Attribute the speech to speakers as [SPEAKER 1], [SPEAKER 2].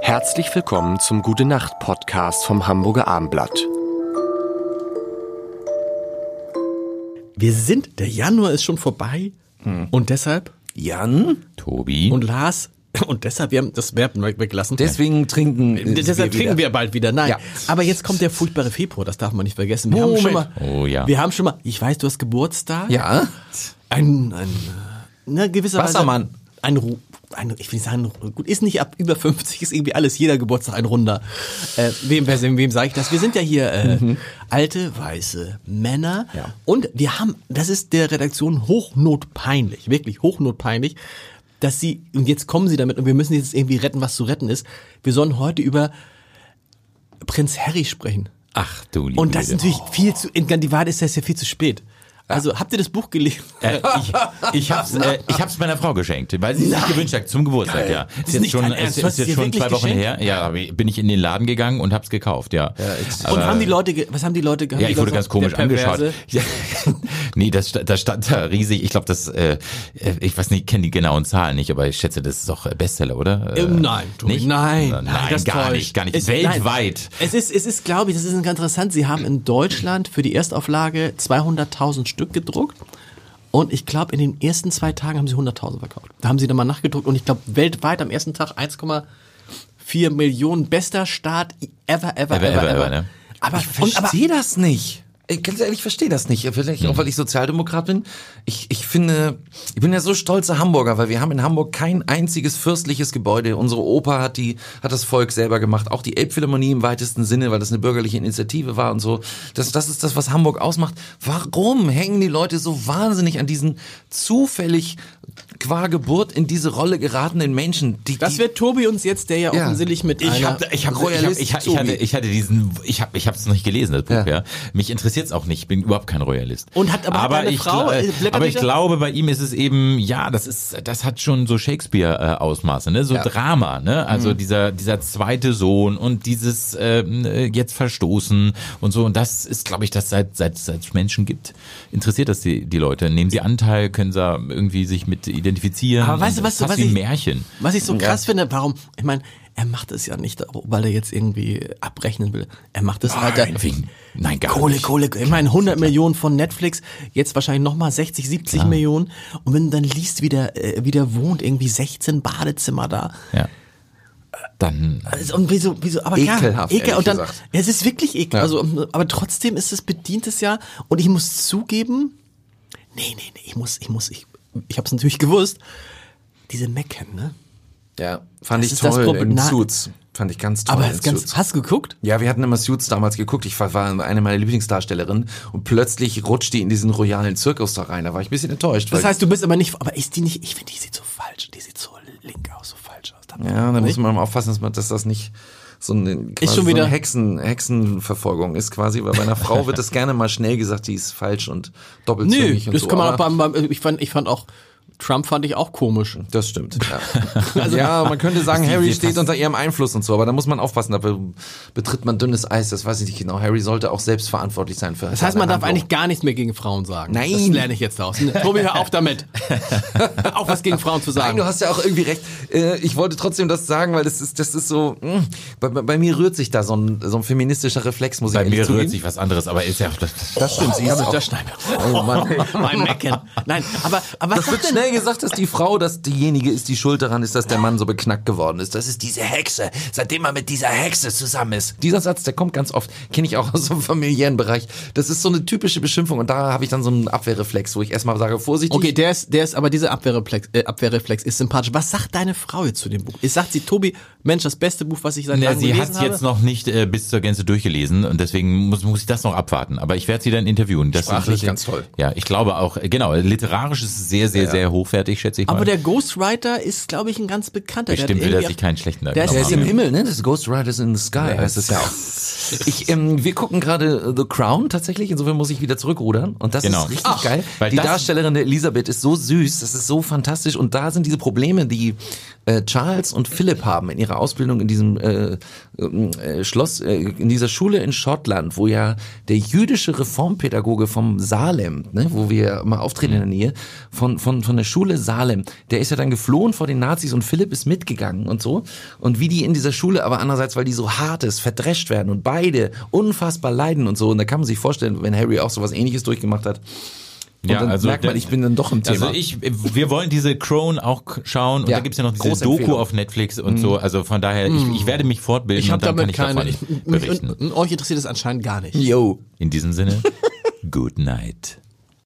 [SPEAKER 1] Herzlich willkommen zum Gute Nacht Podcast vom Hamburger Armblatt.
[SPEAKER 2] Wir sind, der Januar ist schon vorbei
[SPEAKER 3] Hm.
[SPEAKER 2] und deshalb
[SPEAKER 3] Jan,
[SPEAKER 4] Tobi.
[SPEAKER 2] und Lars und deshalb, wir haben das Verb weggelassen.
[SPEAKER 3] deswegen trinken äh,
[SPEAKER 2] deshalb
[SPEAKER 3] wir
[SPEAKER 2] kriegen
[SPEAKER 3] wieder.
[SPEAKER 2] wir bald wieder. Nein.
[SPEAKER 3] Ja.
[SPEAKER 2] Aber jetzt kommt der furchtbare Februar, das darf man nicht vergessen. Wir haben schon mal,
[SPEAKER 3] Moment.
[SPEAKER 4] Oh ja.
[SPEAKER 2] wir haben schon mal, ich weiß, du hast Geburtstag.
[SPEAKER 3] Ja,
[SPEAKER 2] Ein, ein ne, gewisser
[SPEAKER 3] Wassermann.
[SPEAKER 2] Weise, ein, Ru- ein, ich will nicht sagen, gut, ist nicht ab über 50, ist irgendwie alles, jeder Geburtstag ein Runder. Äh, wem wer- wem, wem sage ich das? Wir sind ja hier äh, alte, weiße Männer.
[SPEAKER 3] Mhm. Ja.
[SPEAKER 2] Und wir haben, das ist der Redaktion hochnotpeinlich, wirklich hochnotpeinlich, dass sie, und jetzt kommen sie damit und wir müssen jetzt irgendwie retten, was zu retten ist. Wir sollen heute über Prinz Harry sprechen.
[SPEAKER 4] Ach du liebe
[SPEAKER 2] Und das ist
[SPEAKER 4] Güte.
[SPEAKER 2] natürlich viel zu, in Gandivade ist das ja viel zu spät. Also habt ihr das Buch gelesen?
[SPEAKER 4] Äh, ich, ich hab's, äh, ich hab's meiner Frau geschenkt, weil sie es sich gewünscht hat zum Geburtstag, ja. Ist
[SPEAKER 2] nicht dein Ernst,
[SPEAKER 4] ist,
[SPEAKER 2] du hast es
[SPEAKER 4] ist jetzt
[SPEAKER 2] dir
[SPEAKER 4] schon
[SPEAKER 2] wirklich
[SPEAKER 4] zwei Wochen
[SPEAKER 2] geschenkt?
[SPEAKER 4] her. Ja, bin ich in den Laden gegangen und hab's gekauft, ja.
[SPEAKER 2] Und haben die Leute, ge- was haben die Leute gehabt?
[SPEAKER 4] Ja, ich wurde ganz komisch angeschaut. Ja, nee, das, sta- das stand da riesig. Ich glaube, das, äh, äh, ich weiß nicht, kenne die genauen Zahlen nicht, aber ich schätze, das ist doch Bestseller, oder? Äh,
[SPEAKER 2] Ähm, nein, du,
[SPEAKER 4] nicht?
[SPEAKER 2] nein,
[SPEAKER 4] nein, gar
[SPEAKER 2] täuscht.
[SPEAKER 4] nicht, gar nicht.
[SPEAKER 2] Es-
[SPEAKER 4] Weltweit.
[SPEAKER 2] Nein. Es ist, es ist, glaube ich, das ist interessant. Sie haben in Deutschland für die Erstauflage 200.000 Stück gedruckt. Und ich glaube, in den ersten zwei Tagen haben sie 100.000 verkauft. Da haben sie dann mal nachgedruckt. Und ich glaube, weltweit am ersten Tag 1,4 Millionen. Bester Start ever, ever, ever,
[SPEAKER 4] Ever,
[SPEAKER 2] ever.
[SPEAKER 4] ever, ne?
[SPEAKER 2] Aber,
[SPEAKER 3] ich verstehe das nicht. Ich, ganz ehrlich, ich verstehe das nicht. Vielleicht auch, weil ich Sozialdemokrat bin. Ich, ich finde, ich bin ja so stolzer Hamburger, weil wir haben in Hamburg kein einziges fürstliches Gebäude. Unsere Oper hat die, hat das Volk selber gemacht. Auch die Elbphilharmonie im weitesten Sinne, weil das eine bürgerliche Initiative war und so. Das, das ist das, was Hamburg ausmacht. Warum hängen die Leute so wahnsinnig an diesen zufällig qua Geburt in diese Rolle geratenen Menschen? Die,
[SPEAKER 2] Das
[SPEAKER 3] die-
[SPEAKER 2] wird Tobi uns jetzt, der ja
[SPEAKER 3] Ja.
[SPEAKER 2] offensinnlich mit
[SPEAKER 4] Ich
[SPEAKER 2] einer...
[SPEAKER 4] habe ich hab, ich hab,
[SPEAKER 3] Royalist
[SPEAKER 4] ich, hab, ich, hatte,
[SPEAKER 3] Tobi.
[SPEAKER 4] ich hatte diesen ich habe ich hab's noch nicht gelesen das Buch
[SPEAKER 3] Ja.
[SPEAKER 4] ja, mich interessiert's auch nicht ich bin überhaupt kein Royalist
[SPEAKER 2] Und hat- aber hat deine
[SPEAKER 4] ich,
[SPEAKER 2] Frau,
[SPEAKER 4] gla-
[SPEAKER 2] äh, blättert
[SPEAKER 4] aber
[SPEAKER 2] die
[SPEAKER 4] ich
[SPEAKER 2] da-
[SPEAKER 4] glaube bei ihm ist es eben ja das ist das hat schon so Shakespeare äh, Ausmaße ne so
[SPEAKER 3] Ja.
[SPEAKER 4] Drama ne also
[SPEAKER 2] Mhm.
[SPEAKER 4] dieser dieser zweite Sohn und dieses ähm, äh, jetzt verstoßen und so und das ist glaube ich das seit seit seit Menschen gibt interessiert das die, die Leute nehmen sie Anteil können sie irgendwie sich mit identifizieren
[SPEAKER 2] Aber weißt du,
[SPEAKER 4] Und
[SPEAKER 2] was du-
[SPEAKER 4] fast
[SPEAKER 2] was
[SPEAKER 4] wie ein
[SPEAKER 2] ich-
[SPEAKER 4] Märchen
[SPEAKER 2] Was ich so krass finde, warum, ich meine, er macht es ja nicht, weil er jetzt irgendwie abrechnen will. Er macht es
[SPEAKER 3] Ah,
[SPEAKER 2] halt
[SPEAKER 4] Nein,
[SPEAKER 2] dann-
[SPEAKER 4] wegen- nein, gar
[SPEAKER 2] Kohle,
[SPEAKER 4] nicht.
[SPEAKER 2] Kohle, ich meine 100 Millionen von Netflix, jetzt wahrscheinlich nochmal 60, 70 Millionen und wenn du dann liest, wie der, äh, wie der wohnt, irgendwie 16 Badezimmer da.
[SPEAKER 4] ja dann
[SPEAKER 3] äh,
[SPEAKER 2] Also, Und wieso, wieso, aber klar,
[SPEAKER 3] Ekelhaft,
[SPEAKER 2] ekel,
[SPEAKER 3] ehrlich
[SPEAKER 2] und dann,
[SPEAKER 3] gesagt.
[SPEAKER 2] es ist wirklich ekel,
[SPEAKER 3] Ja.
[SPEAKER 2] also, aber trotzdem ist es bedientes ja und ich muss zugeben, nee, nee, nee, ich muss, ich muss, ich, ich hab's natürlich gewusst, diese Mecken, ne?
[SPEAKER 3] Ja, fand
[SPEAKER 2] Das
[SPEAKER 3] ich
[SPEAKER 2] ist das
[SPEAKER 3] toll
[SPEAKER 2] Problem.
[SPEAKER 3] in
[SPEAKER 2] Na-
[SPEAKER 3] Suits. Fand ich ganz toll
[SPEAKER 2] Aber
[SPEAKER 3] in
[SPEAKER 2] das ganz,
[SPEAKER 3] Suits.
[SPEAKER 2] hast du geguckt?
[SPEAKER 3] Ja, wir hatten immer Suits damals geguckt. Ich war, war eine meiner Lieblingsdarstellerinnen und plötzlich rutscht die in diesen royalen Zirkus da rein. Da war ich ein bisschen enttäuscht.
[SPEAKER 2] Das
[SPEAKER 3] weil-
[SPEAKER 2] heißt, du bist aber nicht, aber ist die nicht, ich finde, die sieht so falsch, die sieht so link aus, so falsch aus.
[SPEAKER 3] ja, da muss
[SPEAKER 2] Nicht?
[SPEAKER 3] man aufpassen, dass, man, dass das nicht so eine, quasi
[SPEAKER 2] schon
[SPEAKER 3] so
[SPEAKER 2] wieder-
[SPEAKER 3] eine Hexen, Hexenverfolgung ist quasi. Weil bei einer Frau wird das gerne mal schnell gesagt, die ist falsch und
[SPEAKER 2] Nö,
[SPEAKER 3] doppelzüngig und
[SPEAKER 2] das
[SPEAKER 3] so.
[SPEAKER 2] kann man auch
[SPEAKER 3] aber-
[SPEAKER 2] beim, beim, ich fand, ich fand auch, Trump fand ich auch komisch.
[SPEAKER 3] das stimmt. Ja.
[SPEAKER 2] Also,
[SPEAKER 3] ja, man könnte sagen, Harry steht unter ihrem Einfluss und so, aber da muss man aufpassen, da be- betritt man dünnes Eis, das weiß ich nicht genau. Harry sollte auch selbst verantwortlich sein für
[SPEAKER 2] Das heißt, man darf
[SPEAKER 3] Handlung.
[SPEAKER 2] eigentlich gar nichts mehr gegen Frauen sagen.
[SPEAKER 3] Nein.
[SPEAKER 2] Das lerne ich jetzt daraus. Tobi, hör auf damit. hör auf, was gegen Frauen zu
[SPEAKER 3] Nein,
[SPEAKER 2] sagen.
[SPEAKER 3] du hast ja auch irgendwie recht. Äh, Ich wollte trotzdem das sagen, weil das ist, das ist so. mh, Bei, bei bei mir rührt sich da so ein, so ein feministischer Reflex, muss
[SPEAKER 4] bei
[SPEAKER 3] ich
[SPEAKER 4] mir
[SPEAKER 3] ehrlich
[SPEAKER 4] rührt
[SPEAKER 3] zugeben.
[SPEAKER 4] sich was anderes aber ist ja auch das
[SPEAKER 3] Das stimmt, sie ist
[SPEAKER 2] Also,
[SPEAKER 3] auch.
[SPEAKER 2] das schneiden wir.
[SPEAKER 3] Oh Mann.
[SPEAKER 2] mein Mecken. Nein, aber, aber was
[SPEAKER 3] Es wird
[SPEAKER 2] sagt denn?
[SPEAKER 3] schnell gesagt, dass die Frau, dass diejenige ist, die schuld daran ist, dass der Mann so beknackt geworden ist. Das ist diese Hexe, seitdem er mit dieser Hexe zusammen ist. Dieser Satz, der kommt ganz oft, kenne ich auch aus dem familiären Bereich. Das ist so eine typische Beschimpfung und da habe ich dann so einen Abwehrreflex, wo ich erstmal sage, vorsichtig.
[SPEAKER 2] Okay, der ist, der ist, aber dieser Abwehrreflex, äh, Abwehrreflex ist sympathisch. Was sagt deine Frau jetzt zu dem Buch? Sagt sie, Tobi, Mensch, das beste Buch, was ich seit
[SPEAKER 4] Ja,
[SPEAKER 2] langem
[SPEAKER 4] sie
[SPEAKER 2] gelesen
[SPEAKER 4] hat
[SPEAKER 2] habe?
[SPEAKER 4] jetzt noch nicht äh, bis zur Gänze durchgelesen und deswegen muss, muss ich das noch abwarten. Aber ich werde sie dann interviewen. Das
[SPEAKER 3] Sprachlich
[SPEAKER 4] interessiert-
[SPEAKER 3] ganz toll.
[SPEAKER 4] Ja, ich glaube auch, äh, genau, literarisch ist es sehr, sehr, sehr hochwertig, schätze ich mal.
[SPEAKER 2] Aber der Ghostwriter ist, glaube ich, ein ganz bekannter.
[SPEAKER 4] Bestimmt
[SPEAKER 2] der hat
[SPEAKER 4] will er
[SPEAKER 2] irgendwie-
[SPEAKER 4] sich keinen schlechten da
[SPEAKER 2] Der ist
[SPEAKER 3] Der
[SPEAKER 4] genommen
[SPEAKER 3] ist
[SPEAKER 4] haben.
[SPEAKER 3] im Himmel, ne? Das ist Ghost Riders in the Sky, heißt es ja
[SPEAKER 4] genau.
[SPEAKER 3] auch. Ich, ähm, wir gucken gerade äh, The Crown tatsächlich, insofern muss ich wieder zurückrudern. Und das
[SPEAKER 4] Genau.
[SPEAKER 3] ist richtig
[SPEAKER 4] Ach,
[SPEAKER 3] geil.
[SPEAKER 4] weil
[SPEAKER 3] die
[SPEAKER 4] das-
[SPEAKER 3] Darstellerin der Elisabeth ist so süß, das ist so fantastisch. Und da sind diese Probleme, die äh, Charles und Philipp haben in ihrer Ausbildung in diesem äh, äh, Schloss, äh, in dieser Schule in Schottland, wo ja der
[SPEAKER 4] Mhm.
[SPEAKER 3] jüdische Reformpädagoge vom Salem, ne, wo wir mal auftreten in der Nähe, von, von, von der Schule Salem, der ist ja dann geflohen vor den Nazis und Philipp ist mitgegangen und so. Und wie die in dieser Schule, aber andererseits, weil die so hart ist, verdrescht werden und beide unfassbar leiden und so. Und da kann man sich vorstellen, wenn Harry auch sowas ähnliches durchgemacht hat. Und
[SPEAKER 4] Ja,
[SPEAKER 3] dann
[SPEAKER 4] also
[SPEAKER 3] merkt man,
[SPEAKER 4] der-
[SPEAKER 3] ich bin dann doch im Thema.
[SPEAKER 4] Also ich, wir wollen diese Crone auch k- schauen und
[SPEAKER 3] Ja,
[SPEAKER 4] da gibt's ja noch diese
[SPEAKER 3] große
[SPEAKER 4] Doku
[SPEAKER 3] Empfehlung. Mhm.
[SPEAKER 4] auf Netflix und so. Also von daher, ich, ich werde mich fortbilden
[SPEAKER 2] Ich habe
[SPEAKER 4] und dann kann
[SPEAKER 2] damit
[SPEAKER 4] ich
[SPEAKER 2] keine.
[SPEAKER 4] davon
[SPEAKER 2] Ich, mich,
[SPEAKER 4] berichten.
[SPEAKER 2] und, und euch interessiert es anscheinend gar nicht.
[SPEAKER 3] Yo.
[SPEAKER 4] In diesem Sinne, good night.